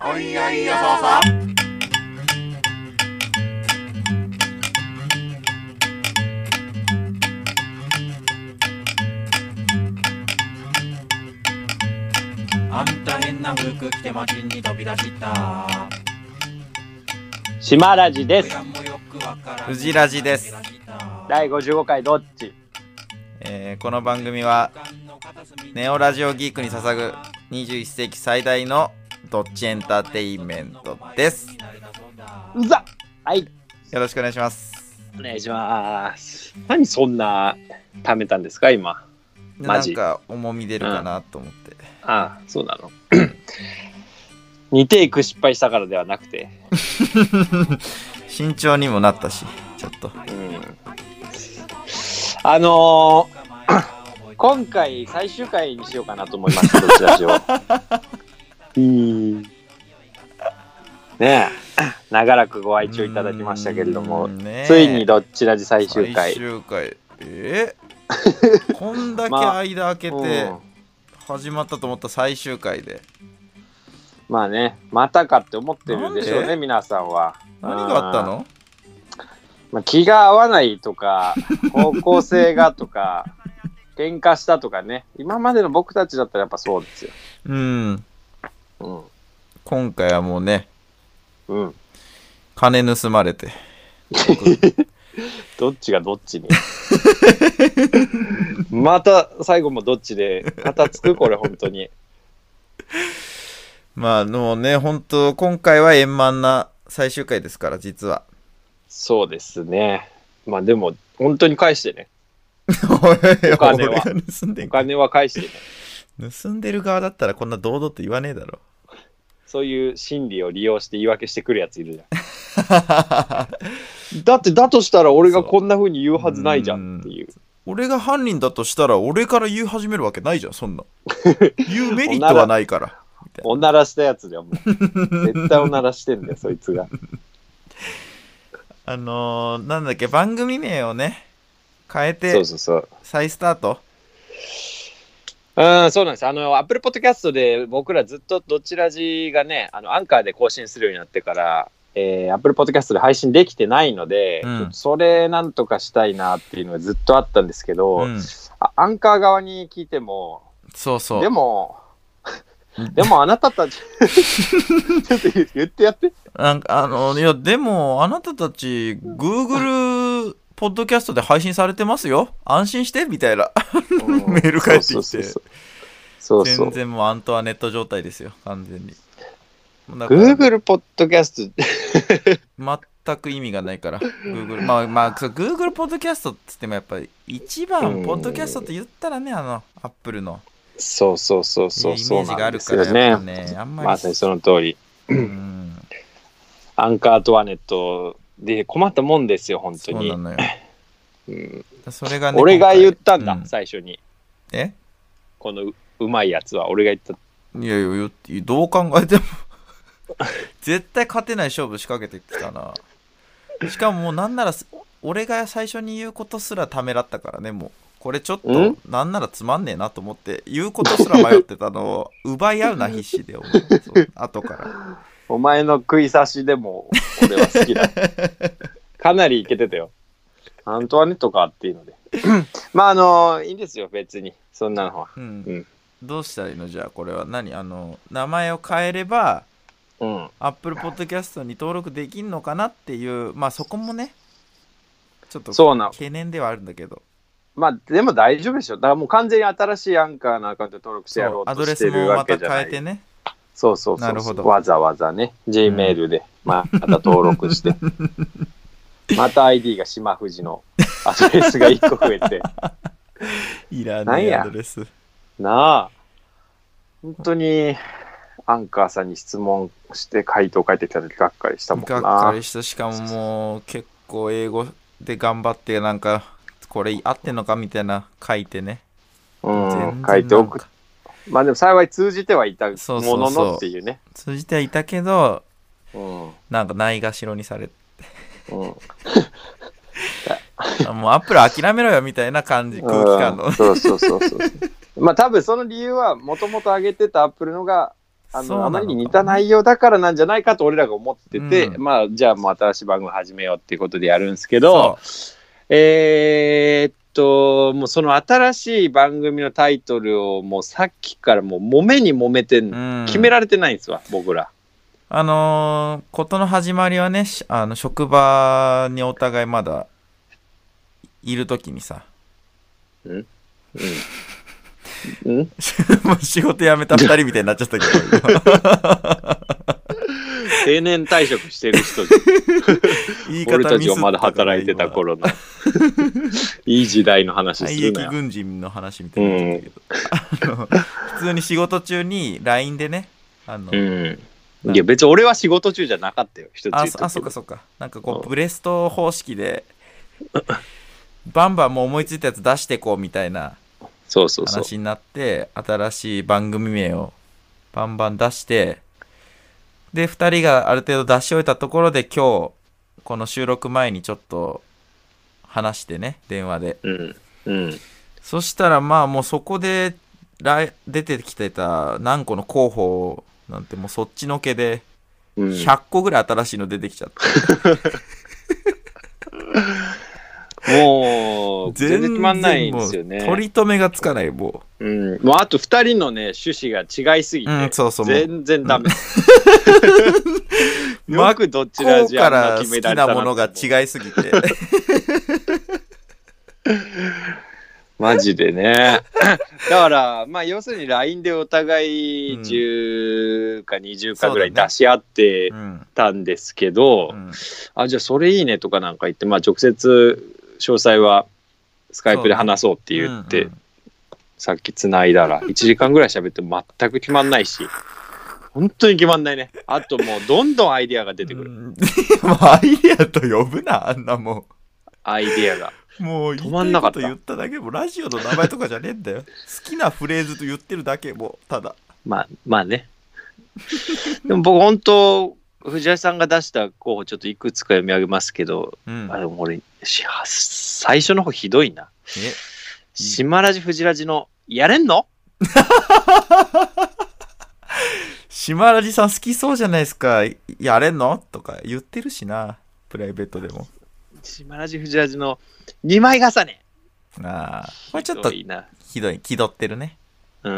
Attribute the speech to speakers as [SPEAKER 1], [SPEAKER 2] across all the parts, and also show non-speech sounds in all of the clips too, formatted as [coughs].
[SPEAKER 1] おいやいやささあんた変な服着て街に飛び出した
[SPEAKER 2] 島ラジです。
[SPEAKER 1] 親もよくわからない
[SPEAKER 3] 藤ラジです、
[SPEAKER 2] 第55回どっち
[SPEAKER 3] えーこの番組はネオラジオギークに捧ぐ21世紀最大のどっちエンターテインメントです
[SPEAKER 2] うざはい、
[SPEAKER 3] よろしくお願いします
[SPEAKER 2] お願いします。何そんな貯めたんですか、今。
[SPEAKER 3] で
[SPEAKER 2] マ
[SPEAKER 3] な
[SPEAKER 2] ジ
[SPEAKER 3] んか重み出るかなと思って、
[SPEAKER 2] ああ、そう [coughs] なの。2テイク失敗したからではなくて、
[SPEAKER 3] [laughs] 慎重にもなったしちょっと
[SPEAKER 2] うん。あのー今回最終回にしようかなと思います、どっちラジオ。 [laughs] うん。ねえ、長らくご愛聴いただきましたけれども
[SPEAKER 3] う、んねえ
[SPEAKER 2] ついにどっちラジ最終回。
[SPEAKER 3] 最終回え
[SPEAKER 2] [laughs]
[SPEAKER 3] ーこんだけ
[SPEAKER 2] まあ
[SPEAKER 3] 間空け
[SPEAKER 2] う
[SPEAKER 3] て
[SPEAKER 2] ん
[SPEAKER 3] 始まったと思った最終回で
[SPEAKER 2] まあね、またかって思ってるでしょう
[SPEAKER 3] なん
[SPEAKER 2] ね、
[SPEAKER 3] で
[SPEAKER 2] 皆さんは。
[SPEAKER 3] 何があった
[SPEAKER 2] うん
[SPEAKER 3] の
[SPEAKER 2] まあ、気が合わないと
[SPEAKER 3] [laughs]
[SPEAKER 2] か、方向性がとか、喧嘩したとかね、今までの僕たちだったらやっぱそうですよ。
[SPEAKER 3] うん
[SPEAKER 2] うん。
[SPEAKER 3] 今回はもうね
[SPEAKER 2] うん。
[SPEAKER 3] 金盗まれて
[SPEAKER 2] どっちがどっ
[SPEAKER 3] [laughs]
[SPEAKER 2] ちに。また最後もどっちで、片つくこれ本当に。
[SPEAKER 3] まあ、もうね、本当今回は円満な最終回ですから、実は。
[SPEAKER 2] そうですね。まあでも、本当に返してね。
[SPEAKER 3] お金
[SPEAKER 2] 金は
[SPEAKER 3] 盗んで
[SPEAKER 2] お
[SPEAKER 3] ん
[SPEAKER 2] 金は返してね。
[SPEAKER 3] 盗んでる側だったらこんな堂々と言わねえだろ。
[SPEAKER 2] そういう心理を利用して言い訳してくるやついるじゃん。だってだとしたら俺がこんな風に言うはずないじゃんっていう。
[SPEAKER 3] [laughs] 俺が犯人だとしたら、俺から言い始めるわけないじゃん、そ [laughs] んな。言うメリットはないから。
[SPEAKER 2] おならしたやつじゃんもう。絶対おならしてんだ [laughs] よ、そいつが。
[SPEAKER 3] あのー、なんだっけ、番組名をね、変え
[SPEAKER 2] そ
[SPEAKER 3] て
[SPEAKER 2] う、そうそう。
[SPEAKER 3] 再スタート。
[SPEAKER 2] うん、そうなんです。あの、Apple Podcast で僕らずっとどちらじがね、あの、アンカーで更新するようになってから、えー、Apple Podcast で配信できてないので、
[SPEAKER 3] うん
[SPEAKER 2] ちょっとそれなんとかしたいなっていうのがずっとあったんですけど、
[SPEAKER 3] うん
[SPEAKER 2] あアンカー側に聞いても、
[SPEAKER 3] そうそう。
[SPEAKER 2] でも [laughs]
[SPEAKER 3] う、ん
[SPEAKER 2] でもあなたたち、 [laughs] ちょっと言言ってやって。
[SPEAKER 3] なんか、あの、いや、でも、あなたたち、Google ポッドキャストで配信されてますよ。安心して、みたいな。メール返ってきて
[SPEAKER 2] そうそうそうそうそう
[SPEAKER 3] 全然もうアントワネット状態ですよ、完全に。だから
[SPEAKER 2] Google ポッドキャスト、
[SPEAKER 3] 全く意味がないから、Google。まあまあ、そう Google ポッドキャストっつってもやっぱり一
[SPEAKER 2] う
[SPEAKER 3] 番
[SPEAKER 2] ん
[SPEAKER 3] ポッドキャストって言ったらね、あの、アップルの
[SPEAKER 2] そうそうそう
[SPEAKER 3] ね
[SPEAKER 2] そう、
[SPEAKER 3] イ
[SPEAKER 2] そ
[SPEAKER 3] メ
[SPEAKER 2] う
[SPEAKER 3] ージ
[SPEAKER 2] な
[SPEAKER 3] があ
[SPEAKER 2] んで
[SPEAKER 3] る
[SPEAKER 2] す
[SPEAKER 3] から
[SPEAKER 2] よ
[SPEAKER 3] やっぱ
[SPEAKER 2] ね。
[SPEAKER 3] ね、あんまり。
[SPEAKER 2] まさにその通り。
[SPEAKER 3] うん、
[SPEAKER 2] アンカーとワネットで困ったもんですよ、本当
[SPEAKER 3] そうな
[SPEAKER 2] に。
[SPEAKER 3] のよ。
[SPEAKER 2] うん
[SPEAKER 3] それがね、
[SPEAKER 2] 俺が言ったん
[SPEAKER 3] う
[SPEAKER 2] だ、最初に。
[SPEAKER 3] え
[SPEAKER 2] このううまいやつは、俺が言った。
[SPEAKER 3] いやいや言って、どう考えても、 [laughs] 絶対勝てない勝負仕掛けてきたな。しかももうなんならす、俺が最初に言うことすらためらったからね、もう。これちょっと
[SPEAKER 2] ん、
[SPEAKER 3] なんならつまんねえなと思って、言うことすら迷ってたのを、 [laughs] 奪い合うな、必死で、お前そう後から。
[SPEAKER 2] お前の食い差しでも、俺は好き
[SPEAKER 3] [laughs]
[SPEAKER 2] だ。かなりいけてたよ。アントワネットかっていうので。 [clears throat] まあ、あの、いいんですよ、別に。そんなのは。
[SPEAKER 3] うん。
[SPEAKER 2] うん
[SPEAKER 3] どうしたらいいのじゃあ、これは何あの、名前を変えれば、
[SPEAKER 2] うん。
[SPEAKER 3] Apple Podcast に登録できんのかなっていう、まあそこもね、ちょっと
[SPEAKER 2] そうなの
[SPEAKER 3] 懸念ではあるんだけど。
[SPEAKER 2] まあ、でも大丈夫でしょ。だからもう完全に新しいアンカーのアカウント登録してやろ
[SPEAKER 3] ア
[SPEAKER 2] う
[SPEAKER 3] ド
[SPEAKER 2] と
[SPEAKER 3] レ
[SPEAKER 2] し
[SPEAKER 3] ス
[SPEAKER 2] てる
[SPEAKER 3] も
[SPEAKER 2] わ
[SPEAKER 3] ま
[SPEAKER 2] け
[SPEAKER 3] た
[SPEAKER 2] じゃな
[SPEAKER 3] 変え
[SPEAKER 2] い
[SPEAKER 3] て。ね。
[SPEAKER 2] そうそうそうそう
[SPEAKER 3] なるほど
[SPEAKER 2] わざわざね、Gmail で、ま
[SPEAKER 3] [laughs]
[SPEAKER 2] あまた登録して。また ID が島富士のアドレスが1個増えて。
[SPEAKER 3] いら
[SPEAKER 2] なん
[SPEAKER 3] ねえ
[SPEAKER 2] や
[SPEAKER 3] アドレス。
[SPEAKER 2] なあ。本当に、アンカーさんに質問して回答返ってきた時がっかりしたもん
[SPEAKER 3] がっか
[SPEAKER 2] な。
[SPEAKER 3] りした。しかももう結構英語で頑張って、なんか、これ合ってんのかみたいな書いてね。
[SPEAKER 2] うん、
[SPEAKER 3] 全然
[SPEAKER 2] 書いておく
[SPEAKER 3] なん。か
[SPEAKER 2] まあでも幸い通じてはいたも
[SPEAKER 3] そうそう
[SPEAKER 2] ののっていうね。
[SPEAKER 3] 通じてはいたけど、
[SPEAKER 2] うん
[SPEAKER 3] なんかないがしろにされて。
[SPEAKER 2] うん
[SPEAKER 3] あもうアップル諦めろよみたいな感じ、空気感
[SPEAKER 2] う [laughs]
[SPEAKER 3] の
[SPEAKER 2] ん。そうそうそうそう。まあ多分その理由はもともと上げてたアップルのがあ
[SPEAKER 3] そう
[SPEAKER 2] の
[SPEAKER 3] なのか
[SPEAKER 2] あまりに似た内容だからなんじゃないかと俺らが思ってて、
[SPEAKER 3] うん
[SPEAKER 2] まあじゃあもう新しい番組始めようっていうことでやるんですけど
[SPEAKER 3] そ
[SPEAKER 2] えーっともうその新しい番組のタイトルをもうさっきからもう揉めに揉めてん
[SPEAKER 3] う
[SPEAKER 2] の、
[SPEAKER 3] うん
[SPEAKER 2] 決められてないんですわ僕ら
[SPEAKER 3] あのー、ことの始まりはね、しあの職場にお互いまだいるときにさ、 [laughs]
[SPEAKER 2] うん、うん、
[SPEAKER 3] もう仕事辞めた二人みたいになっちゃったけど、
[SPEAKER 2] 定年退職してる人
[SPEAKER 3] [laughs] 言い方
[SPEAKER 2] 俺たち
[SPEAKER 3] ミ
[SPEAKER 2] が
[SPEAKER 3] ス
[SPEAKER 2] まだ働いてた頃
[SPEAKER 3] [laughs]
[SPEAKER 2] のいい時代の話す
[SPEAKER 3] 廃
[SPEAKER 2] る
[SPEAKER 3] 役
[SPEAKER 2] なよ
[SPEAKER 3] 軍人の話みたいになっちゃったけど、あの普通に仕事中に LINE でね、あの、
[SPEAKER 2] うんいや別に俺は仕事中じゃなかったよ一つ言
[SPEAKER 3] あ
[SPEAKER 2] っとくけど
[SPEAKER 3] そあそっかそっかなんかこ
[SPEAKER 2] う
[SPEAKER 3] うんブレスト方
[SPEAKER 2] [laughs]
[SPEAKER 3] 式でバンバンもう思いついたやつ出してこうみたいな
[SPEAKER 2] そうそうそう
[SPEAKER 3] 話になって新しい番組名をバンバン出してで2人がある程度出し終えたところで今日この収録前にちょっと話してね電話で
[SPEAKER 2] うんうん
[SPEAKER 3] そしたらまあもうそこで来出てきてた何個の候補なんてもうそっちのけで
[SPEAKER 2] うん、
[SPEAKER 3] 100個ぐらい新しいの出てきちゃって
[SPEAKER 2] もう全然決まんないんですよ
[SPEAKER 3] 全
[SPEAKER 2] ね
[SPEAKER 3] 然もう取り留めがつかない、も
[SPEAKER 2] うん、もうあと2人のね趣旨が違いすぎ
[SPEAKER 3] う。う
[SPEAKER 2] て、
[SPEAKER 3] ん、そうそう。もう
[SPEAKER 2] 全然ダメ、う [laughs] よくどちら
[SPEAKER 3] こう
[SPEAKER 2] じゃ
[SPEAKER 3] か
[SPEAKER 2] んな
[SPEAKER 3] ら好
[SPEAKER 2] 決め
[SPEAKER 3] き
[SPEAKER 2] られ
[SPEAKER 3] な
[SPEAKER 2] たな
[SPEAKER 3] ものが
[SPEAKER 2] う
[SPEAKER 3] 違いすぎ
[SPEAKER 2] [laughs]
[SPEAKER 3] て。
[SPEAKER 2] マジでね [laughs] だからまあ要するに LINE でお互い10か20かぐらい
[SPEAKER 3] そうだね
[SPEAKER 2] 出し合って
[SPEAKER 3] うん。
[SPEAKER 2] たんですけど、
[SPEAKER 3] うん
[SPEAKER 2] あじゃあそれいいねとかなんか言って、まあ、直接詳細はスカイプで話そうって言って、
[SPEAKER 3] うん
[SPEAKER 2] さっき繋いだら1時間ぐらい喋っても全く決まんないし本当に決まんないねあともうどんどんアイディアが出てくる、
[SPEAKER 3] うんもうアイディアと呼ぶな、あんなも
[SPEAKER 2] アイディアが
[SPEAKER 3] ん。もう、
[SPEAKER 2] 止まんなかった
[SPEAKER 3] 言いいこと言っただけ、もうラジオの名前とかじゃねえんだよ。好きなフレーズと言ってるだけ、もう、ただ。
[SPEAKER 2] まあまあねでも僕本当藤井さんが出した候補ちょっといくつか読み上げますけど、
[SPEAKER 3] うん
[SPEAKER 2] あ。でも俺し最初の方ひどいな
[SPEAKER 3] え
[SPEAKER 2] 島ラジ藤ラジの「やれんの?」
[SPEAKER 3] 島ラジさん好きそうじゃないですか。やれんのとか言ってるしな。プライベートでも。
[SPEAKER 2] 島ラジ藤ラジの2枚重ね
[SPEAKER 3] ああ。これちょっ
[SPEAKER 2] ひど
[SPEAKER 3] と
[SPEAKER 2] いな
[SPEAKER 3] ひどい、気取ってるね。
[SPEAKER 2] う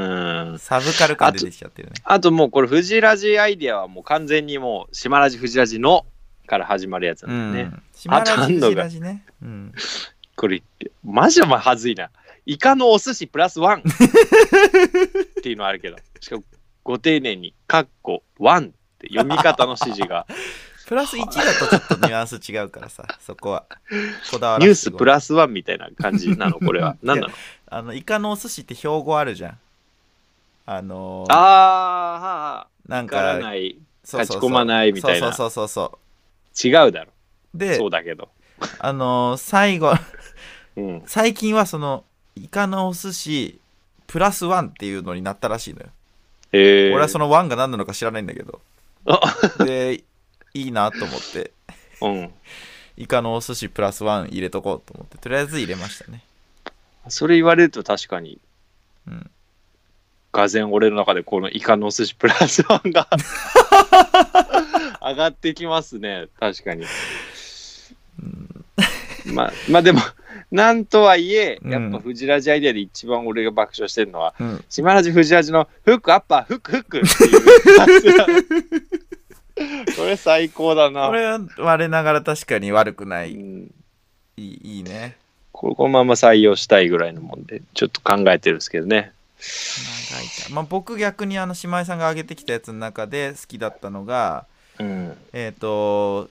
[SPEAKER 2] ん
[SPEAKER 3] サブカル感出てきちゃってるね。
[SPEAKER 2] あともうこれ藤ラジアイディアはもう完全にもう島ラジ藤ラジのから始まるやつなんだよね、
[SPEAKER 3] うん。島
[SPEAKER 2] あとあ
[SPEAKER 3] ラジ
[SPEAKER 2] んのが
[SPEAKER 3] 藤ラジね。うん。
[SPEAKER 2] これマジでお前はずいなイカのお寿司プラスワンっていうのあるけどしかもご丁寧に「カッコワン」って読み方の指示
[SPEAKER 3] [laughs]
[SPEAKER 2] が
[SPEAKER 3] プラス1だとちょっとニュアンス違うから
[SPEAKER 2] [laughs]
[SPEAKER 3] さ、そこは。こだわら
[SPEAKER 2] ニュースプ
[SPEAKER 3] ス。
[SPEAKER 2] ラスワンみたいな感じなのこれは何なの
[SPEAKER 3] あの、イカのお寿司って標語あるじゃん。 [laughs] あのー、
[SPEAKER 2] あ
[SPEAKER 3] な
[SPEAKER 2] あ
[SPEAKER 3] ん
[SPEAKER 2] 分から
[SPEAKER 3] か、
[SPEAKER 2] ない
[SPEAKER 3] そうそうそう
[SPEAKER 2] 立ち込まないみたいな
[SPEAKER 3] そうそうそうそ
[SPEAKER 2] 違うだろ
[SPEAKER 3] う。で
[SPEAKER 2] そ、うだけど、
[SPEAKER 3] あのー、最後、
[SPEAKER 2] うん、
[SPEAKER 3] 最近はその、イカのお寿司、プラスワンっていうのになったらしいのよ。
[SPEAKER 2] えー、
[SPEAKER 3] 俺はそのワンが何なのか知らないんだけど。で、いいなと思って。
[SPEAKER 2] うん
[SPEAKER 3] イカのお寿司プラスワン入れとこうと思ってとりあえず入れましたね
[SPEAKER 2] それ言われると確かに、
[SPEAKER 3] うん
[SPEAKER 2] がぜん俺の中でこのイカのお寿司プラスワンが [laughs] 上がってきますね確かに、まあまあでもなんとはいえやっぱフジラジアイデアで一番俺が爆笑してるのは
[SPEAKER 3] うん
[SPEAKER 2] 島ラジフジラジのフックアッパーフックフックっていう
[SPEAKER 3] [laughs]
[SPEAKER 2] これ最高だな
[SPEAKER 3] これは我ながら確かに悪くな
[SPEAKER 2] う
[SPEAKER 3] いい
[SPEAKER 2] ん
[SPEAKER 3] いいいね
[SPEAKER 2] これこのまま採用したいぐらいのもんでちょっと考えてるんですけどね
[SPEAKER 3] 長いかまあ僕逆にあの姉妹さんが上げてきたやつの中で好きだったのが
[SPEAKER 2] うん
[SPEAKER 3] えっ、と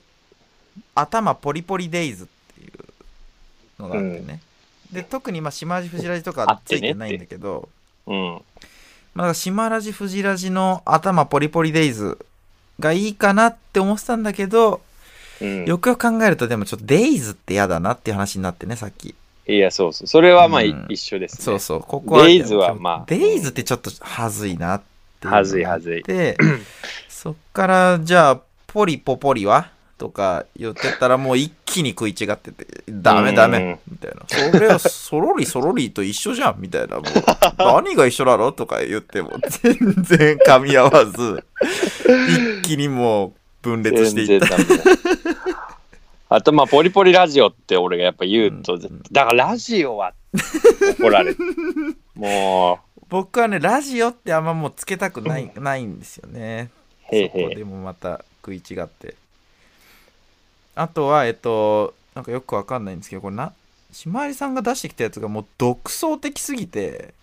[SPEAKER 3] 頭ポリポリデイズっていうのがあってね、で特にまあ島ラジフジラジと
[SPEAKER 2] あ
[SPEAKER 3] か
[SPEAKER 2] っ
[SPEAKER 3] つ
[SPEAKER 2] てね
[SPEAKER 3] いてないんだけど、
[SPEAKER 2] うん
[SPEAKER 3] まあ、島ラジフジラジの頭ポリポリデイズがいいかなって思ってたんだけど
[SPEAKER 2] うん
[SPEAKER 3] よくよく考えるとでもちょっとデイズって嫌だなっていう話になってねさっき
[SPEAKER 2] いや、そうそう。それはまあ、い
[SPEAKER 3] うん
[SPEAKER 2] 一緒ですね。
[SPEAKER 3] そうそうここは
[SPEAKER 2] デイズはまあ
[SPEAKER 3] デイズってちょっとはずい [laughs] なってうのがあって
[SPEAKER 2] はずいはずい
[SPEAKER 3] でそっからじゃあポリポポリはとか言ってたらもう一気に食い違ってて、ダメダメ、みたいな。それはそろりそろりと一緒じゃん、みたいな。もう何が一緒だろとか言っても、全然噛み合わず、一気にもう分裂していった。
[SPEAKER 2] 全然ダメだあとまあポリポリラジオって俺がやっぱ言うと絶対、
[SPEAKER 3] うん
[SPEAKER 2] だからラジオは怒られるも
[SPEAKER 3] 僕はね、ラジオってあんまもうつけたくない、ないんですよね。
[SPEAKER 2] うへい
[SPEAKER 3] そこ
[SPEAKER 2] へい
[SPEAKER 3] でもまた食い違って。あとは、えっと、なんかよくわかんないんですけど、これな、ひまわりさんが出してきたやつがもう独創的すぎて、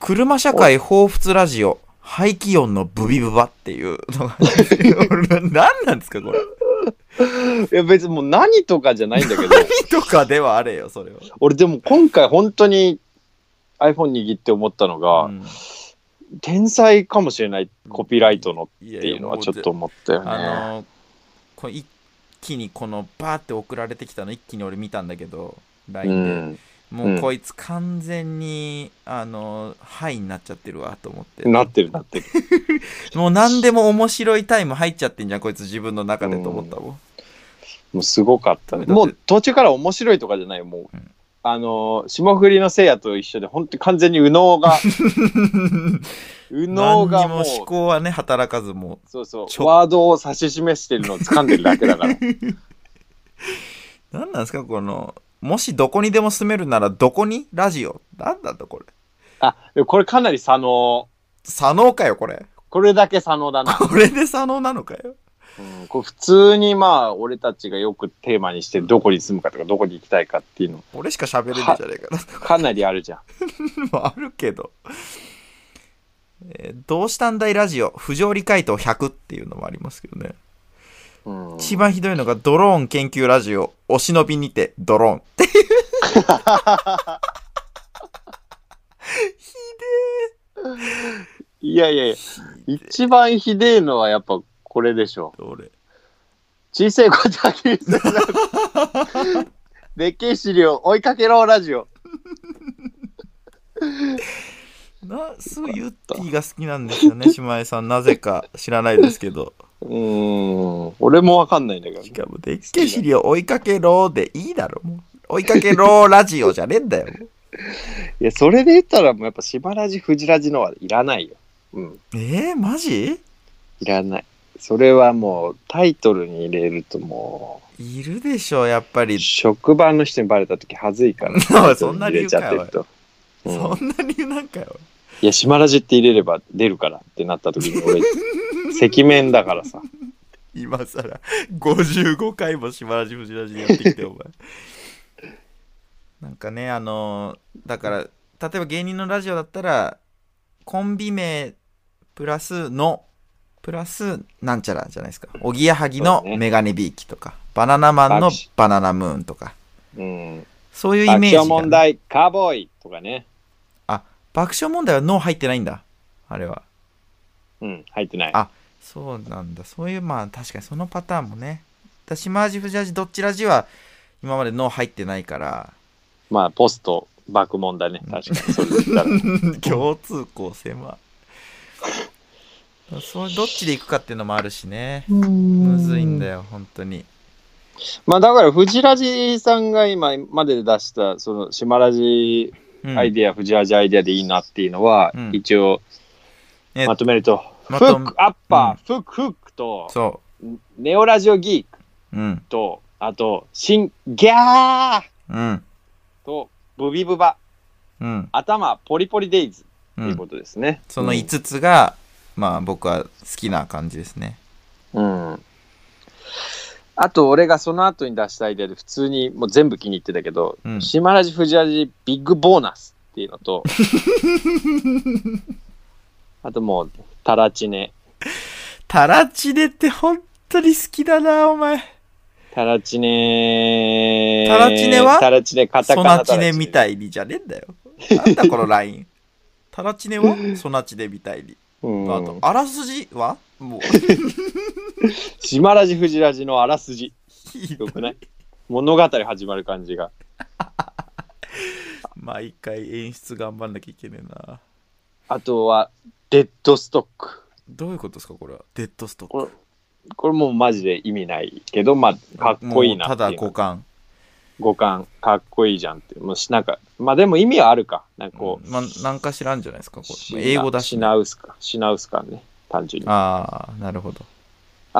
[SPEAKER 3] 車
[SPEAKER 2] [laughs]
[SPEAKER 3] 社会彷彿ラジオ、排気音のブビブバっていうのが、 [laughs] 何なんですか、これ。
[SPEAKER 2] いや別にもう何とかじゃないん
[SPEAKER 3] [laughs]
[SPEAKER 2] だけど
[SPEAKER 3] とかではあれよ、それは。
[SPEAKER 2] 俺でも今回本当に iPhone 握って思ったのが、
[SPEAKER 3] うん
[SPEAKER 2] 天才かもしれないコピーライトの
[SPEAKER 3] い
[SPEAKER 2] っ
[SPEAKER 3] や
[SPEAKER 2] て
[SPEAKER 3] い
[SPEAKER 2] い
[SPEAKER 3] や
[SPEAKER 2] うのはちょっと思ったよね
[SPEAKER 3] あのこう一気にこのバーって送られてきたの一気に俺見たんだけど LINE で、もうこいつ完全に、あのハイになっちゃってるわと思って
[SPEAKER 2] うんなってるなってる
[SPEAKER 3] もう何でも面白いタイム入っちゃってんじゃんこいつ自分の中でと思ったもん、
[SPEAKER 2] もうすごかったね
[SPEAKER 3] だって
[SPEAKER 2] もう途中から面白いとかじゃないよもう、
[SPEAKER 3] うん
[SPEAKER 2] あの霜降りのせいやと一緒で本当に完全に右脳 [laughs] が
[SPEAKER 3] [laughs]
[SPEAKER 2] 右脳
[SPEAKER 3] 何に
[SPEAKER 2] が
[SPEAKER 3] も
[SPEAKER 2] もう
[SPEAKER 3] 思考はね働かずも
[SPEAKER 2] そうそ
[SPEAKER 3] ち
[SPEAKER 2] う
[SPEAKER 3] ょ
[SPEAKER 2] ワードを指し示してるのを掴んでるだけだ [laughs] から
[SPEAKER 3] う何なんですかこのもしどこにでも住めるならどこにラジオ何なんだこれ
[SPEAKER 2] あでもこれかなり左脳
[SPEAKER 3] 左脳かよこれ [laughs]
[SPEAKER 2] これだけ左脳だな、
[SPEAKER 3] これで左脳なのかよ
[SPEAKER 2] うん、これ普通にまあ俺たちがよくテーマにしてるどこに住むかとかどこに行きたいかっていうの
[SPEAKER 3] 俺しか喋れるんじゃねえかな
[SPEAKER 2] かなりあるじゃん
[SPEAKER 3] もあるけど、えーどうしたんだいラジオ不条理回答100っていうのもありますけどね、
[SPEAKER 2] うん
[SPEAKER 3] 一番ひどいのがドローン研究ラジオお忍びにてドローンっていうひ
[SPEAKER 2] いやいやいや一番ひでえのはやっぱこれでしょ
[SPEAKER 3] でえ俺
[SPEAKER 2] 小さい子だけにするな [laughs] でっけえ資料追いかけろラジオ
[SPEAKER 3] なすごいユッティが好きなんですよ [laughs] ね島江さんなぜか知らないですけど
[SPEAKER 2] うーん俺もわかんないんだけど
[SPEAKER 3] しかもでっけえ資料追いかけろでいいだろもう追いかけろラジオじゃねえんだよもう
[SPEAKER 2] いやそれで言ったらもうやっぱしばらじフジラジのはいらないようん
[SPEAKER 3] えー、マジ
[SPEAKER 2] いらないそれはもうタイトルに入れるとも
[SPEAKER 3] いるでしょやっぱり
[SPEAKER 2] う職場の人にバレた時恥ずいから [laughs]
[SPEAKER 3] そんな理由かよ
[SPEAKER 2] タイトルに入れちゃってると、うん
[SPEAKER 3] そんな理由なんかよ
[SPEAKER 2] いやしばらじって入れれば出るからってなった時に [laughs] 俺赤面だからさ
[SPEAKER 3] 今さら55回もしばらじぶじらじでやってきてお前なんかねあのーだから例えば芸人のラジオだったらコンビ名プラスのプラスなんちゃらじゃないですかおぎやはぎの
[SPEAKER 2] そうね
[SPEAKER 3] メガネビーキとか、バナナマンの
[SPEAKER 2] 爆笑
[SPEAKER 3] バナナムーンとか
[SPEAKER 2] うん
[SPEAKER 3] そういうイ
[SPEAKER 2] 爆
[SPEAKER 3] メージが
[SPEAKER 2] 笑問題カーボーイとかね
[SPEAKER 3] 爆笑問題は脳入ってないんだあれは
[SPEAKER 2] うん入ってない
[SPEAKER 3] あそうなんだそういうまあ確かにそのパターンもねだしマージフジラジどっちラジは今まで脳入ってないから
[SPEAKER 2] [laughs] まあ、ポスト、爆問だね。確かに。それで言ったら
[SPEAKER 3] 共通項狭そうどっちで行くかっていうのもあるしねむずいんだよ本当に
[SPEAKER 2] まあ、だから、藤ラジさんが今までで出した、その、島ラジ
[SPEAKER 3] うん
[SPEAKER 2] アイディア、藤ラジアイディアでいいなっていうのは、
[SPEAKER 3] うん
[SPEAKER 2] 一応、
[SPEAKER 3] え
[SPEAKER 2] まとめると、フ
[SPEAKER 3] まと
[SPEAKER 2] ックアッパー、フックフックと、
[SPEAKER 3] そ
[SPEAKER 2] ネオラジオギーク
[SPEAKER 3] ううん
[SPEAKER 2] と、あと、新ギャー
[SPEAKER 3] うん
[SPEAKER 2] と、ブビブバ、
[SPEAKER 3] うん
[SPEAKER 2] 頭、ポリポリデイズ
[SPEAKER 3] う
[SPEAKER 2] というこ
[SPEAKER 3] ん
[SPEAKER 2] とですね。
[SPEAKER 3] その5つが、まあ僕は好きな感じですね
[SPEAKER 2] うん。あと、俺がその後に出したアイデアで、普通にもう全部気に入ってたけど、
[SPEAKER 3] うん
[SPEAKER 2] 島ラジ、藤ラジ、ビッグボーナスっていうの
[SPEAKER 3] [laughs]
[SPEAKER 2] と、あともう、タラチネ。
[SPEAKER 3] タラチネって本当に好きだなお前
[SPEAKER 2] タラチネ。
[SPEAKER 3] タラチネは
[SPEAKER 2] タラチネ、カタ
[SPEAKER 3] ソ
[SPEAKER 2] カナ
[SPEAKER 3] ナチネみ
[SPEAKER 2] い。
[SPEAKER 3] たいにじゃねえんだよ。なんだこのライ
[SPEAKER 2] [laughs]
[SPEAKER 3] ン。タラチネはソナチネみたいに。
[SPEAKER 2] うん
[SPEAKER 3] あと、あらすじはもう、
[SPEAKER 2] 島ラジ、藤ラジのあらすじ。
[SPEAKER 3] ひど
[SPEAKER 2] よ
[SPEAKER 3] い
[SPEAKER 2] くない物語始まる感じが。
[SPEAKER 3] 毎回演出頑張んなきゃいけねえな。
[SPEAKER 2] あとは、デッドストック。
[SPEAKER 3] どういうことですか、これは。デッドストッ
[SPEAKER 2] これ
[SPEAKER 3] ク。
[SPEAKER 2] これもうマジで意味ないけど、まあ、かっこいいな
[SPEAKER 3] もう
[SPEAKER 2] って
[SPEAKER 3] ただ
[SPEAKER 2] いう
[SPEAKER 3] 五感。
[SPEAKER 2] 五感、かっこいいじゃんっていう。もうしなんか、まあでも意味はあるか。なんかこう、
[SPEAKER 3] まあ、なんか知らんじゃないですか、こ
[SPEAKER 2] し
[SPEAKER 3] れ。英語だし
[SPEAKER 2] シ。ナウスか。シナウスかね。単純に。あ
[SPEAKER 3] ああ、なるほど。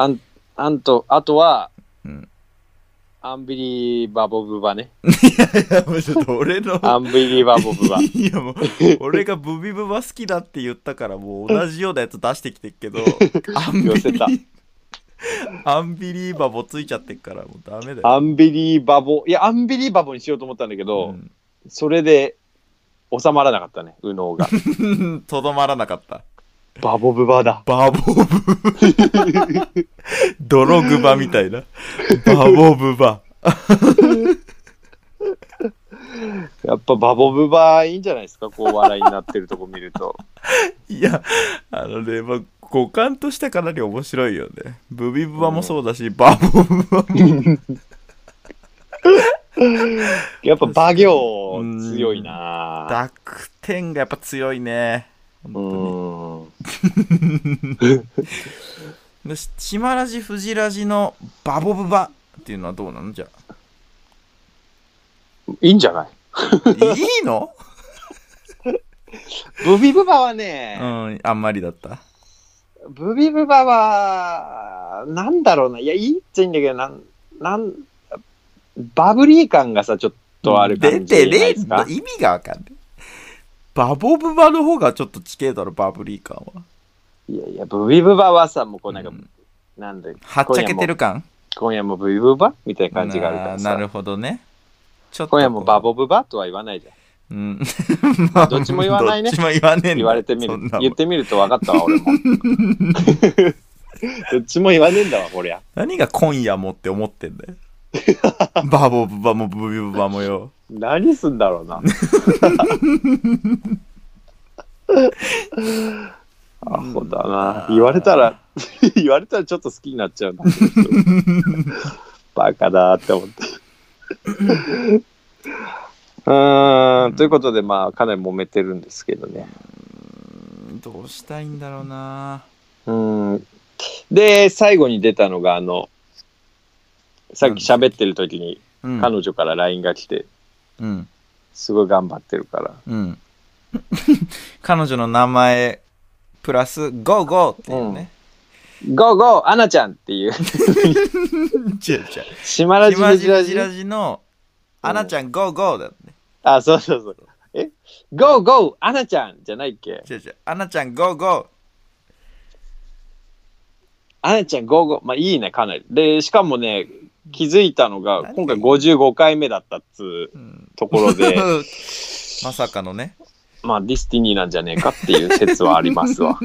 [SPEAKER 2] ん、あんと、あとは、
[SPEAKER 3] うん [laughs]
[SPEAKER 2] アンビリーバボブ [laughs] バね。
[SPEAKER 3] いや、もうちょっと俺の。
[SPEAKER 2] アンビリーバボ [laughs] ブバ。
[SPEAKER 3] [laughs] いやもう俺がブビブバ好きだって言ったからもう同じようなやつ出してきてっけどアンビ
[SPEAKER 2] 寄
[SPEAKER 3] リ
[SPEAKER 2] せた
[SPEAKER 3] アンビリーバボついちゃってっからもうダメだよ、
[SPEAKER 2] アンビリーバボ、いや、アンビリーバボにしようと思ったんだけど、それで収まらなかったね、右 [laughs] 脳が。
[SPEAKER 3] うん、 [laughs] とどまらなかった
[SPEAKER 2] バボブバだ。
[SPEAKER 3] バボブ [laughs] 泥グバみたいなバボブバ
[SPEAKER 2] やっぱバボブバいいんじゃないですか、こう笑いになってるとこ見ると。
[SPEAKER 3] いやあのね、まあ、五感としてかなり面白いよねブビブバもそうだし、バボブバも
[SPEAKER 2] やっぱバ行強いな
[SPEAKER 3] 濁点がやっぱ強いね本
[SPEAKER 2] う
[SPEAKER 3] 当に
[SPEAKER 2] ん。
[SPEAKER 3] でし島ラジフジラジのバボブバっていうのはどうなのじゃ
[SPEAKER 2] [laughs]
[SPEAKER 3] あ
[SPEAKER 2] いいんじゃない
[SPEAKER 3] いいの
[SPEAKER 2] ブビブバは
[SPEAKER 3] う
[SPEAKER 2] ね、
[SPEAKER 3] んあんまりだった
[SPEAKER 2] ブビブバは、なんだろうな。いや、いいっちゃいいんだけど、なん、なん、バブリー感がさ、ちょっとある感じじゃ
[SPEAKER 3] 出
[SPEAKER 2] な
[SPEAKER 3] て
[SPEAKER 2] いですか
[SPEAKER 3] ね。意味がわかんないバボブバの方がちょっと地形だろバブリー感はい
[SPEAKER 2] やいや、ブビブバはさ、もうこうなんか、
[SPEAKER 3] うん
[SPEAKER 2] なんだよ。
[SPEAKER 3] はっちゃけてる感
[SPEAKER 2] 今夜もブビブバみたいな感じがあるから
[SPEAKER 3] なな
[SPEAKER 2] さ。
[SPEAKER 3] るほどねちょっとこう
[SPEAKER 2] 今夜もバボブバとは言わないじゃん。
[SPEAKER 3] うんまあ
[SPEAKER 2] [laughs] どっちも言わないね
[SPEAKER 3] どっちも言わねえんだ
[SPEAKER 2] 言われてみ
[SPEAKER 3] そ
[SPEAKER 2] る
[SPEAKER 3] んな。も
[SPEAKER 2] 言っ
[SPEAKER 3] ん
[SPEAKER 2] てみると分かったわ、俺も。 [laughs] どっちも言わねえんだわ、こりゃ。
[SPEAKER 3] 何が今夜もって思って
[SPEAKER 2] [laughs]
[SPEAKER 3] んだよバボブバもブビブバもよ
[SPEAKER 2] 何すんだろ
[SPEAKER 3] [laughs]
[SPEAKER 2] うな。アホだな。言われたら、 [laughs] 言われたらちょっと好きになっちゃうな。バカだーって思って。
[SPEAKER 3] [laughs]
[SPEAKER 2] うーん、ということで、まあ、かなり揉めてるんですけどね。
[SPEAKER 3] どうしたいんだろうな
[SPEAKER 2] うん。で、最後に出たのが、あの、さっき喋ってる時に、
[SPEAKER 3] うん
[SPEAKER 2] 彼女から LINE が来て、
[SPEAKER 3] うん
[SPEAKER 2] すごい頑張ってるから。
[SPEAKER 3] うん。 [laughs] 彼女の名前、プラス、ゴーゴーっていうね。
[SPEAKER 2] ゴーゴーアナちゃんって
[SPEAKER 3] [laughs]
[SPEAKER 2] いう、
[SPEAKER 3] 違う違う。
[SPEAKER 2] 島ラジ
[SPEAKER 3] ひま
[SPEAKER 2] フ
[SPEAKER 3] じ
[SPEAKER 2] ジラ
[SPEAKER 3] らじら
[SPEAKER 2] ジ。
[SPEAKER 3] じの、アナちゃん、ゴーゴーだって。
[SPEAKER 2] あ、そうそうそう。えゴーゴーアナちゃんじゃないっけ
[SPEAKER 3] 違う違う。アナちゃん、ゴーゴ
[SPEAKER 2] アナちゃんゴーゴー。まあいいね、かなり。で、しかもね、気づいたのが、
[SPEAKER 3] 何
[SPEAKER 2] 今回55回目だったっつう
[SPEAKER 3] ー。うん、
[SPEAKER 2] ところ
[SPEAKER 3] [laughs]
[SPEAKER 2] で、
[SPEAKER 3] まさかのね。
[SPEAKER 2] まあディスティニーなんじゃねえかっていう説はあります
[SPEAKER 3] [laughs]
[SPEAKER 2] わ。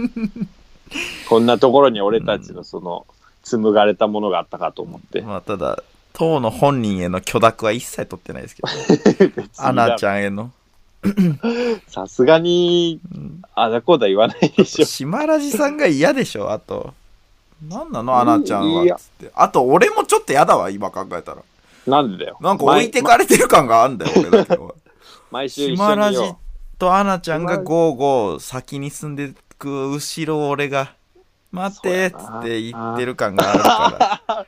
[SPEAKER 2] こんなところに俺たちのその、紡がれたものがあったかと思って。
[SPEAKER 3] まあ、ただ、当の本人への許諾は一切取 [laughs] ってないですけど、 [laughs] アナち
[SPEAKER 2] ゃん。
[SPEAKER 3] ゃんへの。
[SPEAKER 2] [laughs] さすがに、
[SPEAKER 3] うん
[SPEAKER 2] あだこうだ言わないでしょ。
[SPEAKER 3] 島ラジさんが嫌でしょ、あと。なんなのアナちゃんはい
[SPEAKER 2] や
[SPEAKER 3] つって。あと、俺もちょっと嫌だわ、今考えたら。
[SPEAKER 2] なんでだよ。
[SPEAKER 3] なんか置いてかれてる感があんだよ、俺だけは。
[SPEAKER 2] 毎毎週一緒
[SPEAKER 3] 島ラ
[SPEAKER 2] に
[SPEAKER 3] ジ
[SPEAKER 2] よ。
[SPEAKER 3] とアナちゃんがゴーゴー先に進んでく後ろを俺が「待って」っつ
[SPEAKER 2] そうやな
[SPEAKER 3] って言ってる感があるか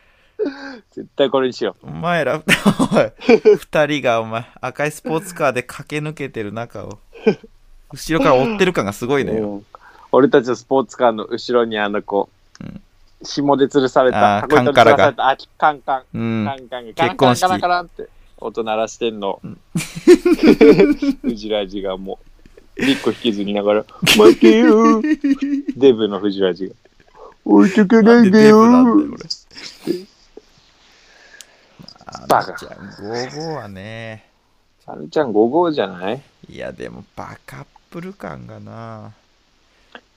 [SPEAKER 2] 絶対これにしよ
[SPEAKER 3] らお前らおい二人がお前赤いスポーツカーで駆け抜けてる中を後ろから追ってる感がすご
[SPEAKER 2] う。
[SPEAKER 3] いの
[SPEAKER 2] う
[SPEAKER 3] よ
[SPEAKER 2] ん俺たちのスポーツカーの後ろにあの子、
[SPEAKER 3] うん
[SPEAKER 2] 紐で吊るされ
[SPEAKER 3] あ
[SPEAKER 2] た、
[SPEAKER 3] ー
[SPEAKER 2] 箱に吊るされた、あ、カンカン、
[SPEAKER 3] うん
[SPEAKER 2] カンカンが、
[SPEAKER 3] 結婚式
[SPEAKER 2] カランカランカランカランって音鳴らしてんの。 [laughs] 藤ラジがもう、一個引きずりながら、負けよデブの藤ラジが、置いてけな
[SPEAKER 3] な
[SPEAKER 2] ん
[SPEAKER 3] で
[SPEAKER 2] いで
[SPEAKER 3] デ
[SPEAKER 2] よ
[SPEAKER 3] ブなんだよ俺
[SPEAKER 2] バカ
[SPEAKER 3] アナちゃんゴーゴーはね
[SPEAKER 2] あのちゃん5号じゃない
[SPEAKER 3] いやでもバカップル感がな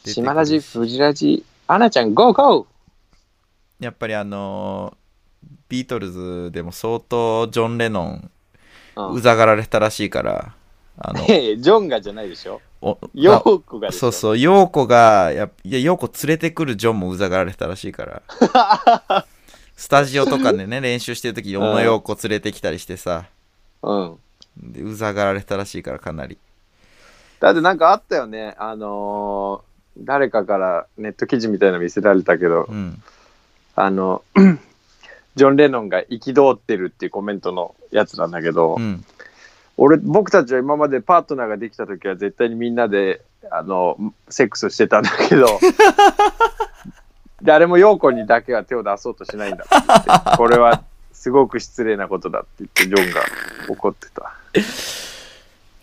[SPEAKER 3] 出てくる
[SPEAKER 2] 島ラジ、藤ラジ、アナちゃんゴーゴー
[SPEAKER 3] やっぱりあのービートルズでも相当ジョン・レノン
[SPEAKER 2] うん、
[SPEAKER 3] うざがられたらしいから、あの
[SPEAKER 2] [laughs] ええジョンがじゃないでしょ
[SPEAKER 3] お
[SPEAKER 2] ヨークが
[SPEAKER 3] あ
[SPEAKER 2] でしょ
[SPEAKER 3] そうそう、ヨーコが、やっいや、ヨーコ連れてくるジョンもうざがられたらしいから。
[SPEAKER 2] [laughs]
[SPEAKER 3] スタジオとかでね、練習してる時に小野ヨーコ連れてきたりしてさ、
[SPEAKER 2] うん。
[SPEAKER 3] でうざがられたらしいから、かなり。
[SPEAKER 2] だってなんかあったよね。あのー誰かからネット記事みたいなの見せられたけど、
[SPEAKER 3] うん。
[SPEAKER 2] あの、 [clears throat] ジョン・レノンが憤ってるっていうコメントのやつなんだけど、
[SPEAKER 3] うん。
[SPEAKER 2] 俺、僕たちは今までパートナーができた時は絶対にみんなで、あの、セックスしてたんだけど、誰も陽子にだけは手を出そうとしないんだって言ってこれはすごく失礼なことだって言って、ジョンが怒ってた。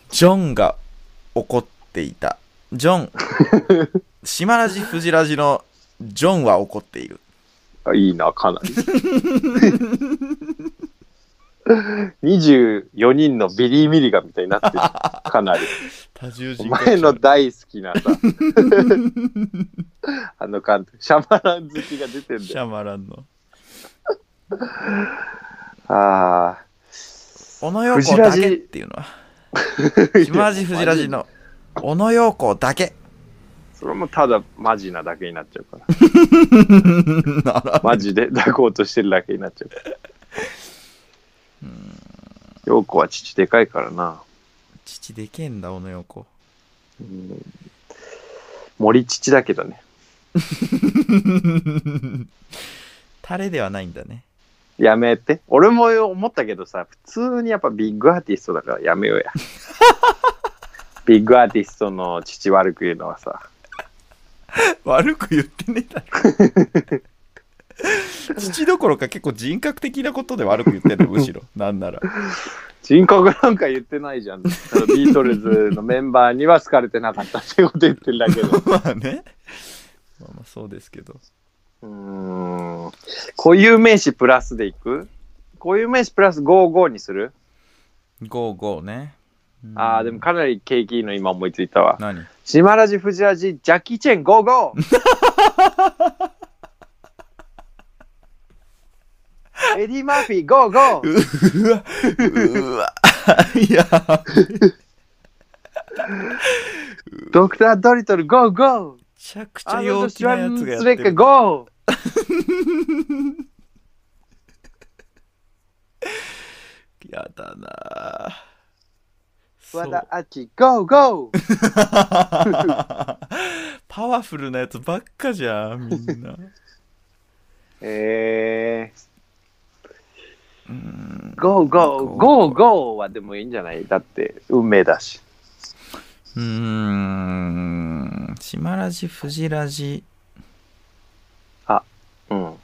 [SPEAKER 3] ジョンが怒っていた。ジョ
[SPEAKER 2] [laughs]
[SPEAKER 3] ン。島ラジ、フジラジのジョンは怒っている。
[SPEAKER 2] あいいな、かなり。24人のビリー・ミリガンみたいになってる。かなり。
[SPEAKER 3] 多重
[SPEAKER 2] お前の大好き
[SPEAKER 3] [laughs]
[SPEAKER 2] なさ、あの監督、シャマラン好きが出てん
[SPEAKER 3] シ
[SPEAKER 2] だよ。
[SPEAKER 3] ャマランの。
[SPEAKER 2] あ
[SPEAKER 3] 小野陽子だけっていうのは。
[SPEAKER 2] あ。
[SPEAKER 3] 島ラジ、フジラジの小野陽子だけ。
[SPEAKER 2] それもただマジなだけになっちゃうから。
[SPEAKER 3] なら
[SPEAKER 2] マジで抱こうとしてるだけになっちゃうから。陽子は父でかいからな。
[SPEAKER 3] 父でけえんだ、小野陽子。
[SPEAKER 2] うん森父だけどね。
[SPEAKER 3] タレではないんだね。
[SPEAKER 2] やめて。俺も思ったけどさ、普通にやっぱビッグアーティストだからやめようや。
[SPEAKER 3] [laughs]
[SPEAKER 2] ビッグアーティストの父悪く言うのはさ。
[SPEAKER 3] 悪く言ってねえだろ。父どころか結構人格的なことで悪く言ってんの、むしろ。なんなら。
[SPEAKER 2] 人格なんか言ってないじゃん。ビートルズのメンバーには好かれてなかったってこと言ってるんだ
[SPEAKER 3] [laughs]
[SPEAKER 2] けど。う
[SPEAKER 3] まあね。まあまあそうですけど。
[SPEAKER 2] ーん。固有名詞プラスでいく固有名詞プラス55にする、
[SPEAKER 3] 55ね。うん
[SPEAKER 2] ああ、でもかなり景気いいの今思いついたわ。
[SPEAKER 3] 何
[SPEAKER 2] 島ラジ、フジラジ、ジャッキーチェン 55!
[SPEAKER 3] [laughs]
[SPEAKER 2] エディ・マーフィー 55!
[SPEAKER 3] うわ、うわ、いや、
[SPEAKER 2] ドクター・ドリトル 55!
[SPEAKER 3] めちゃくち
[SPEAKER 2] ア
[SPEAKER 3] ゃ
[SPEAKER 2] ーノ
[SPEAKER 3] 陽
[SPEAKER 2] ルド・
[SPEAKER 3] 気
[SPEAKER 2] シュ
[SPEAKER 3] な
[SPEAKER 2] ワ
[SPEAKER 3] やつ
[SPEAKER 2] ル
[SPEAKER 3] がやっ
[SPEAKER 2] ツ
[SPEAKER 3] て
[SPEAKER 2] レッカ
[SPEAKER 3] る。
[SPEAKER 2] GO!
[SPEAKER 3] やだなぁそ
[SPEAKER 2] 和
[SPEAKER 3] う
[SPEAKER 2] 田アキ GO!GO!
[SPEAKER 3] パワフルなやつばっかじゃん、みん [laughs] な。
[SPEAKER 2] え
[SPEAKER 3] うん
[SPEAKER 2] ー、ゴーゴー、
[SPEAKER 3] ゴ
[SPEAKER 2] ゴーゴーはでもいいんじゃないだって、運命だし。
[SPEAKER 3] うーん。島ラジ、フジラジ。
[SPEAKER 2] うん。わ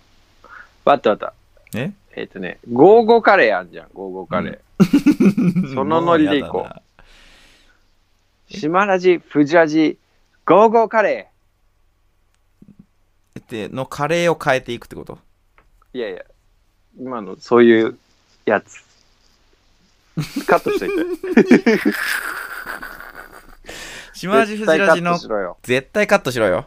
[SPEAKER 2] かったわかった。
[SPEAKER 3] え
[SPEAKER 2] えっ、とね、ゴーゴーカレーあんじゃん、ゴーゴーカレー。そのノリでいこう
[SPEAKER 3] もやだな
[SPEAKER 2] 島ラジ、フジラジ、ゴーゴーカレ
[SPEAKER 3] ってのカレーを変えていくってこと
[SPEAKER 2] ー。いやいや、今のそういうやつ。カットしとい [laughs] て。
[SPEAKER 3] 島ラジ、フ
[SPEAKER 2] 絶対
[SPEAKER 3] ジ
[SPEAKER 2] カ
[SPEAKER 3] ラジ
[SPEAKER 2] ッ
[SPEAKER 3] の
[SPEAKER 2] トしろよ。
[SPEAKER 3] 絶対カットしろよ。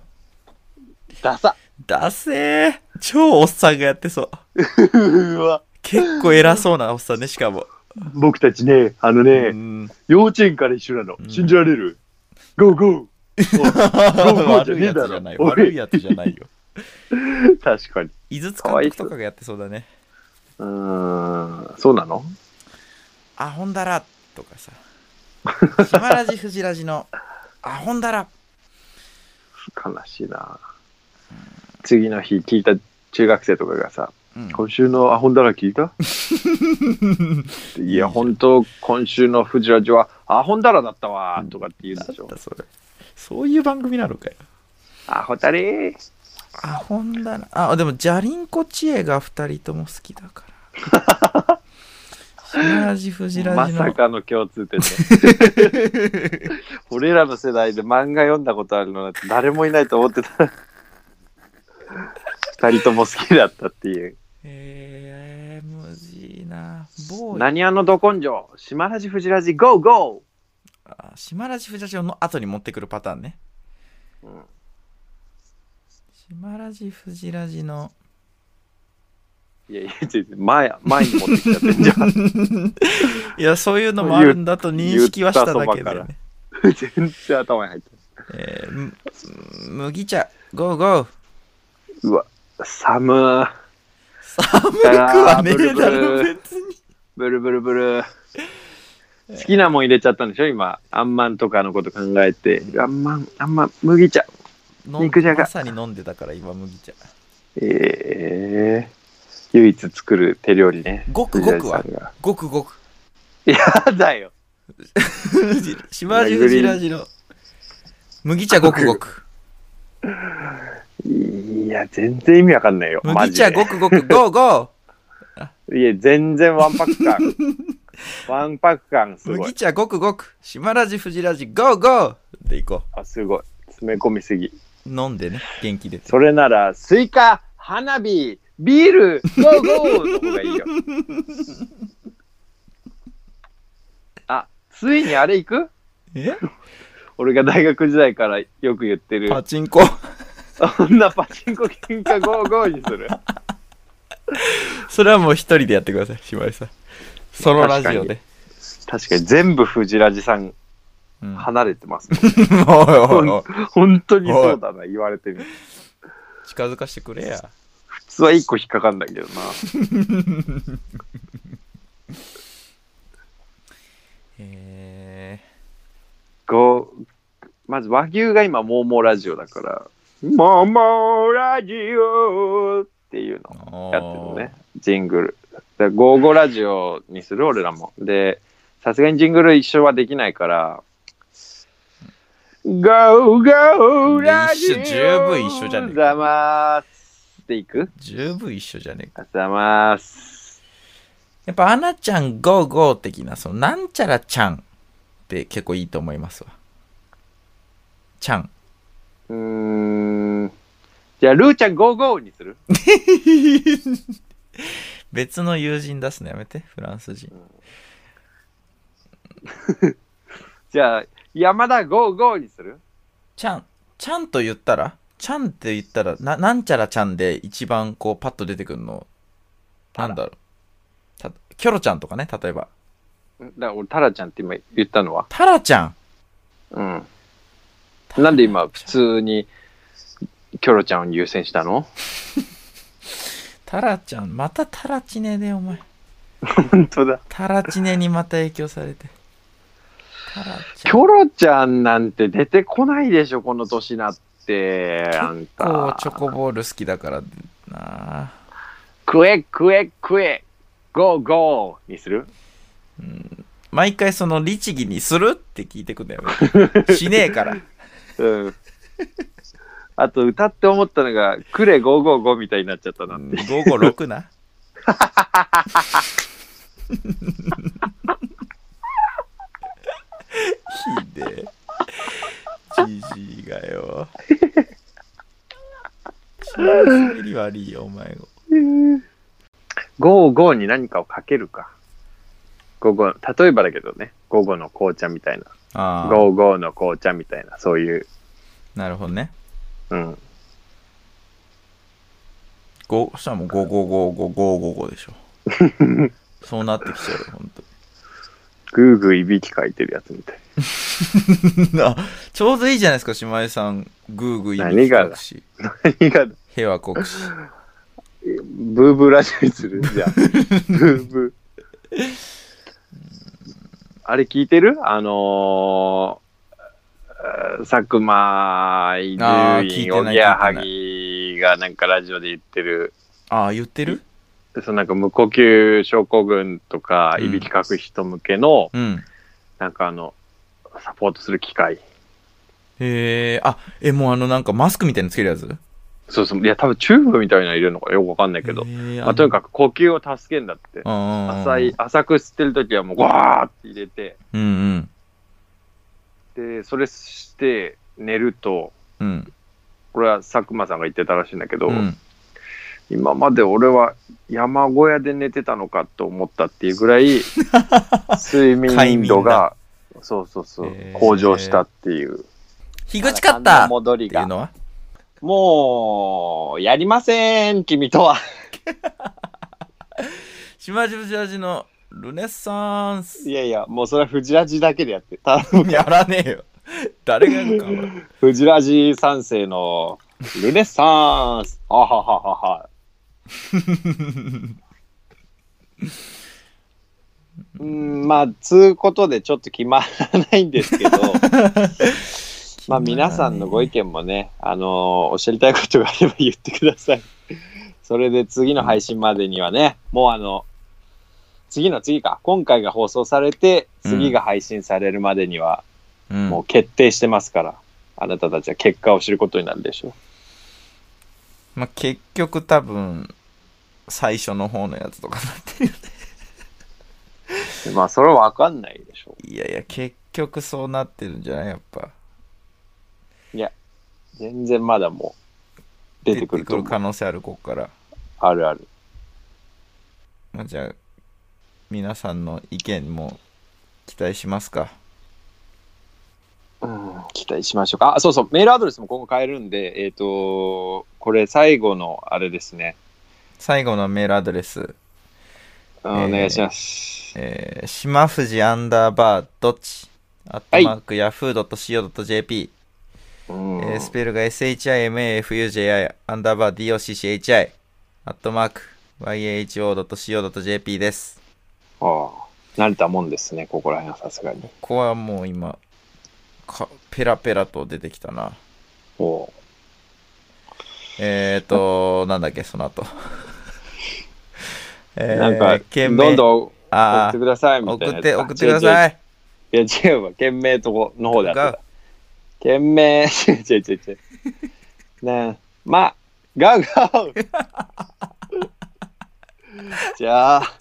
[SPEAKER 2] ダサ
[SPEAKER 3] ダセー超おっさんがやってそう。
[SPEAKER 2] うわ。
[SPEAKER 3] 結構偉そうなおっさんね、しかも。
[SPEAKER 2] 僕たちね、あの
[SPEAKER 3] う、ん
[SPEAKER 2] 幼稚園から一緒なの
[SPEAKER 3] 信
[SPEAKER 2] じられるゴーゴー
[SPEAKER 3] [laughs] 悪いやつじゃない。悪いやつじゃないよ。
[SPEAKER 2] 確かに。
[SPEAKER 3] 井筒監督とかがやってそうだね。
[SPEAKER 2] うーん、そうなの
[SPEAKER 3] アホンダラとか [laughs] さ。島ラジ、フジラジのアホンダラ。
[SPEAKER 2] 悲しいな。次の日聞いた中学生とかがさ、
[SPEAKER 3] うん
[SPEAKER 2] 今週のアホンダラ聞い
[SPEAKER 3] [laughs]
[SPEAKER 2] たいや、本当今週のフジラジはアホンダラだったわ、とかって言うんでし
[SPEAKER 3] な
[SPEAKER 2] ょ
[SPEAKER 3] んだ。それそういう番組なのかよ。
[SPEAKER 2] アホタレー。
[SPEAKER 3] アホンダラ。あ、でも、ジャリンコ知恵が2人とも好きだから。島ラジ、フジラ
[SPEAKER 2] ま
[SPEAKER 3] ジの。
[SPEAKER 2] さかの共通点ね。
[SPEAKER 3] [laughs]
[SPEAKER 2] 俺らの世代で漫画読んだことあるのなんて誰もいないと思ってた。二人とも好きだったっていう。
[SPEAKER 3] えー、むじいな。ボーイ。
[SPEAKER 2] 何あのど根性島ラジフジラジゴーゴ
[SPEAKER 3] あ島ラジ、フジラジの後に持ってくるパターンね。
[SPEAKER 2] ー、うん、
[SPEAKER 3] 島ラジ、フジラジの。
[SPEAKER 2] いやいや違う違う前前に持ってきちゃってんじゃん
[SPEAKER 3] いや、そういうのもあるんだと認識はしただけだよね。
[SPEAKER 2] 全然頭に入って
[SPEAKER 3] えーむ麦茶、ゴーゴー。
[SPEAKER 2] るうわ寒ー
[SPEAKER 3] 寒くはねえだろ、
[SPEAKER 2] ブル
[SPEAKER 3] 別に。
[SPEAKER 2] ブルブルブル好きなもん入れちゃったんでしょ今あんまんとかのこと考えてあんまんあんまん麦茶
[SPEAKER 3] 飲ん
[SPEAKER 2] 肉じゃが
[SPEAKER 3] まさに飲んでたから、今、麦茶。
[SPEAKER 2] ええ唯一作る手料理ね。
[SPEAKER 3] ごくごくは
[SPEAKER 2] 藤谷さんが
[SPEAKER 3] ご
[SPEAKER 2] [laughs]
[SPEAKER 3] くごく。
[SPEAKER 2] やだよ。
[SPEAKER 3] 島中じらじろ。麦茶ごくごく。
[SPEAKER 2] いや、全然意味わかんないよ。マ
[SPEAKER 3] 麦
[SPEAKER 2] ジ
[SPEAKER 3] 茶
[SPEAKER 2] で
[SPEAKER 3] ごくごく、ゴーゴ
[SPEAKER 2] いや、全然ワンパク
[SPEAKER 3] [laughs]
[SPEAKER 2] 感。ワンパク感す
[SPEAKER 3] ー
[SPEAKER 2] ごい
[SPEAKER 3] 麦。茶ごくごく、島ラジフジラジ、ゴーゴーでいこ
[SPEAKER 2] あ、すごい。詰め込みすぎ。
[SPEAKER 3] う。飲んでね、元気出て。
[SPEAKER 2] それなら、スイカ、花火、ビール、ゴーゴーの方がいいよ。あ、ついにあれ行く
[SPEAKER 3] え
[SPEAKER 2] 俺が大学時代からよく言ってる、
[SPEAKER 3] パチンコ。
[SPEAKER 2] そんなパチンコ喧嘩ゴーゴーにする。
[SPEAKER 3] それはもう一人でやってください、島井さん。ソロラジオで。
[SPEAKER 2] 確かに全部藤ラジさん
[SPEAKER 3] うん、おい
[SPEAKER 2] 離れてます、ね。
[SPEAKER 3] [laughs] おいおい、
[SPEAKER 2] 本当にそうだな、言われてみる。
[SPEAKER 3] 近づかしてくれや。
[SPEAKER 2] 普通は一個引っかかんだけどな。
[SPEAKER 3] え
[SPEAKER 2] こう、まず和牛が今、モーモーラジオだから、モーモーラジオっていうの
[SPEAKER 3] ー、
[SPEAKER 2] やってるのね、ジングル。で、ゴーゴーラジオにする、俺らも。で、さすがにジングル一緒はできないから、ゴーゴーラジオ
[SPEAKER 3] いや一緒十分一緒じゃねえか
[SPEAKER 2] ざまーすっていく
[SPEAKER 3] 十分一緒じゃねえか。
[SPEAKER 2] あざまーす。
[SPEAKER 3] やっぱ、アナちゃん、ゴーゴー的な、その、なんちゃらちゃんって結構いいと思いますわ。ちゃん。
[SPEAKER 2] うーん。じゃあ、ルーちゃんゴーゴーにする
[SPEAKER 3] 別の友人出すのやめて、フランス人。
[SPEAKER 2] じゃあ、山田ゴーゴーにする
[SPEAKER 3] ちゃん、ちゃんと言ったらちゃんって言ったら、な、なんちゃらちゃんで一番こうパッと出てくるの、なんだろう。た、キョロちゃんとかね、例えば。
[SPEAKER 2] だから俺、タラちゃんって今言ったのは。
[SPEAKER 3] タラちゃん
[SPEAKER 2] うん。なんで今、普通に、キョロちゃんを優先したの [laughs]
[SPEAKER 3] タラちゃん、またタラチネで、お前。
[SPEAKER 2] 本当だ。
[SPEAKER 3] タラチネにまた影響されて。タラち
[SPEAKER 2] キ
[SPEAKER 3] ゃん。
[SPEAKER 2] ョロちゃんなんて出てこないでしょ、この年なって。あんた
[SPEAKER 3] こう、。チョコボール好きだからな
[SPEAKER 2] クエクエクエ、ゴーゴーにする
[SPEAKER 3] うん。毎回その、律儀にするって聞いてくんだよ。俺しねえから。
[SPEAKER 2] うん。あと、歌って思ったのが、クレゴーゴーゴーみたいになっちゃったな。
[SPEAKER 3] 午後6な。ひでえ。じじいがよ。滑り悪いよ、お前を。
[SPEAKER 2] ゴーゴーに何かをかけるか。ゴーゴー、例えばだけどね、ゴーゴーの紅茶みたいな。
[SPEAKER 3] ああ、
[SPEAKER 2] ゴーゴーの紅茶みたいな、そういう。
[SPEAKER 3] なるほどね。
[SPEAKER 2] うん。
[SPEAKER 3] ごそしたらもう5、5、5、5、5、5、5でしょ。
[SPEAKER 2] [laughs]
[SPEAKER 3] そうなってきちゃうよ、ほんと。
[SPEAKER 2] ぐーぐーいびきかいてるやつみたい。
[SPEAKER 3] なちょうどいいじゃないですか、島井さん。グーグーいび
[SPEAKER 2] 何
[SPEAKER 3] き
[SPEAKER 2] が
[SPEAKER 3] 国士。
[SPEAKER 2] 何が、
[SPEAKER 3] へは
[SPEAKER 2] [laughs]
[SPEAKER 3] 国士。
[SPEAKER 2] ブーブーラジオにするじゃん。ブーブー。あれ聞いてるあのー、佐久間、伊
[SPEAKER 3] あ
[SPEAKER 2] 集
[SPEAKER 3] ー聞いて
[SPEAKER 2] 院、
[SPEAKER 3] ない
[SPEAKER 2] おぎやは
[SPEAKER 3] 聞
[SPEAKER 2] ぎがなんかラジオで言ってる、
[SPEAKER 3] ああ、言ってる
[SPEAKER 2] そのなんか無呼吸症候群とか、
[SPEAKER 3] うん
[SPEAKER 2] いびきかく人向けの、
[SPEAKER 3] うん。
[SPEAKER 2] なんかあの、サポートする機械。
[SPEAKER 3] へえ、あ、え、もうあのなんかマスクみたいにつけるやつ
[SPEAKER 2] そうそう。いや、多分チューブみたいなのいるのかよくわかんないけど。
[SPEAKER 3] ま
[SPEAKER 2] まあ、とに
[SPEAKER 3] か
[SPEAKER 2] かく呼吸を助けんだって
[SPEAKER 3] く、。浅
[SPEAKER 2] 浅い。、浅く吸ってるときはもう、わーって入れて、
[SPEAKER 3] うんうん。
[SPEAKER 2] で、それして寝ると、
[SPEAKER 3] うん。
[SPEAKER 2] これは佐久間さんが言ってたらしいんだけど、
[SPEAKER 3] うん。
[SPEAKER 2] 今まで俺は山小屋で寝てたのかと思ったっていうぐら
[SPEAKER 3] [laughs]
[SPEAKER 2] い、睡眠度が、そうそうそう
[SPEAKER 3] へー、
[SPEAKER 2] 向上したっていう。
[SPEAKER 3] 樋口勝ったっ
[SPEAKER 2] 戻り
[SPEAKER 3] ていうのは
[SPEAKER 2] もう、やりません、君とは。
[SPEAKER 3] 島ジブジャージのルネッサンス。
[SPEAKER 2] いやいや、もうそれはフジラジだけでやって。た
[SPEAKER 3] やらねえよ。誰がやるか、お前
[SPEAKER 2] フジラジ三世のルネッサンス。あはははは。うん、まあ、つうことでちょっと決まらないんですけど、まあ皆さんのご意見もね、あのーおっしゃりたいことがあれば言ってください。それで次の配信までにはね、もうあの、次の次か、今回が放送されて、次が配信されるまでには、
[SPEAKER 3] うん、
[SPEAKER 2] もう決定してますから、あなたたちは結果を知ることになるでしょう。
[SPEAKER 3] まあ、結局多分最初の方のやつとかなってるよね
[SPEAKER 2] まあそれはわかんないでしょ
[SPEAKER 3] いやいや結局そうなってるんじゃないやっぱ
[SPEAKER 2] う。いや、全然まだもう、出てくると
[SPEAKER 3] 出
[SPEAKER 2] 思
[SPEAKER 3] 可
[SPEAKER 2] う。
[SPEAKER 3] 能性あるこっから、
[SPEAKER 2] あるある。
[SPEAKER 3] まあ、じゃあ皆さんの意見も期待しますか
[SPEAKER 2] うん期待しましょうか。あ、そうそう、メールアドレスも今後変えるんで、えっ、と、これ最後のあれですね。
[SPEAKER 3] 最後のメールアドレス、
[SPEAKER 2] うん
[SPEAKER 3] えー
[SPEAKER 2] お願いします。
[SPEAKER 3] えー、しまふじアンダーバーどっちアットマークヤフー .co.jp、
[SPEAKER 2] うん
[SPEAKER 3] えースペルが SHIMAFUJI アンダーバー DOCCHI アットマーク YHO.CO.jp です。
[SPEAKER 2] ああ慣れたもんですね、ここら辺はさすがに。
[SPEAKER 3] ここはもう今、かペラペラと出てきたな。
[SPEAKER 2] おう
[SPEAKER 3] えっ、
[SPEAKER 2] [laughs]
[SPEAKER 3] ー、と、なんだっけ、その後。 [laughs] えー
[SPEAKER 2] なんか、
[SPEAKER 3] 件名
[SPEAKER 2] どんどん送っ
[SPEAKER 3] あ
[SPEAKER 2] てください
[SPEAKER 3] ー
[SPEAKER 2] みたいなやつ
[SPEAKER 3] 送っ
[SPEAKER 2] か。
[SPEAKER 3] て、送ってくださ
[SPEAKER 2] い。
[SPEAKER 3] い。
[SPEAKER 2] いや、違うわ。件名とこの方だった
[SPEAKER 3] が。
[SPEAKER 2] 件名、 [laughs] 違う違う違う違う。ねえ、ま、ガウガ
[SPEAKER 3] [laughs]
[SPEAKER 2] ウじゃあ、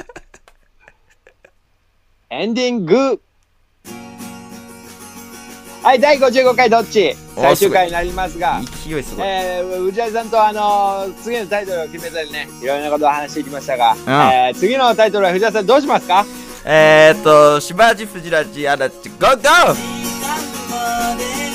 [SPEAKER 2] エンディングはい、第55回どっち
[SPEAKER 3] お
[SPEAKER 2] 最終
[SPEAKER 3] すごい
[SPEAKER 2] 回になりますが。
[SPEAKER 3] 勢いすごい。
[SPEAKER 2] えー、内田さんとあのー次のタイトルを決めたりねいろいろなことを話していきましたが、えー次のタイトルは藤田さんどうしますか
[SPEAKER 3] えっ、ー、と、しばじふじらじあらち、ゴーゴー
[SPEAKER 4] 時間まで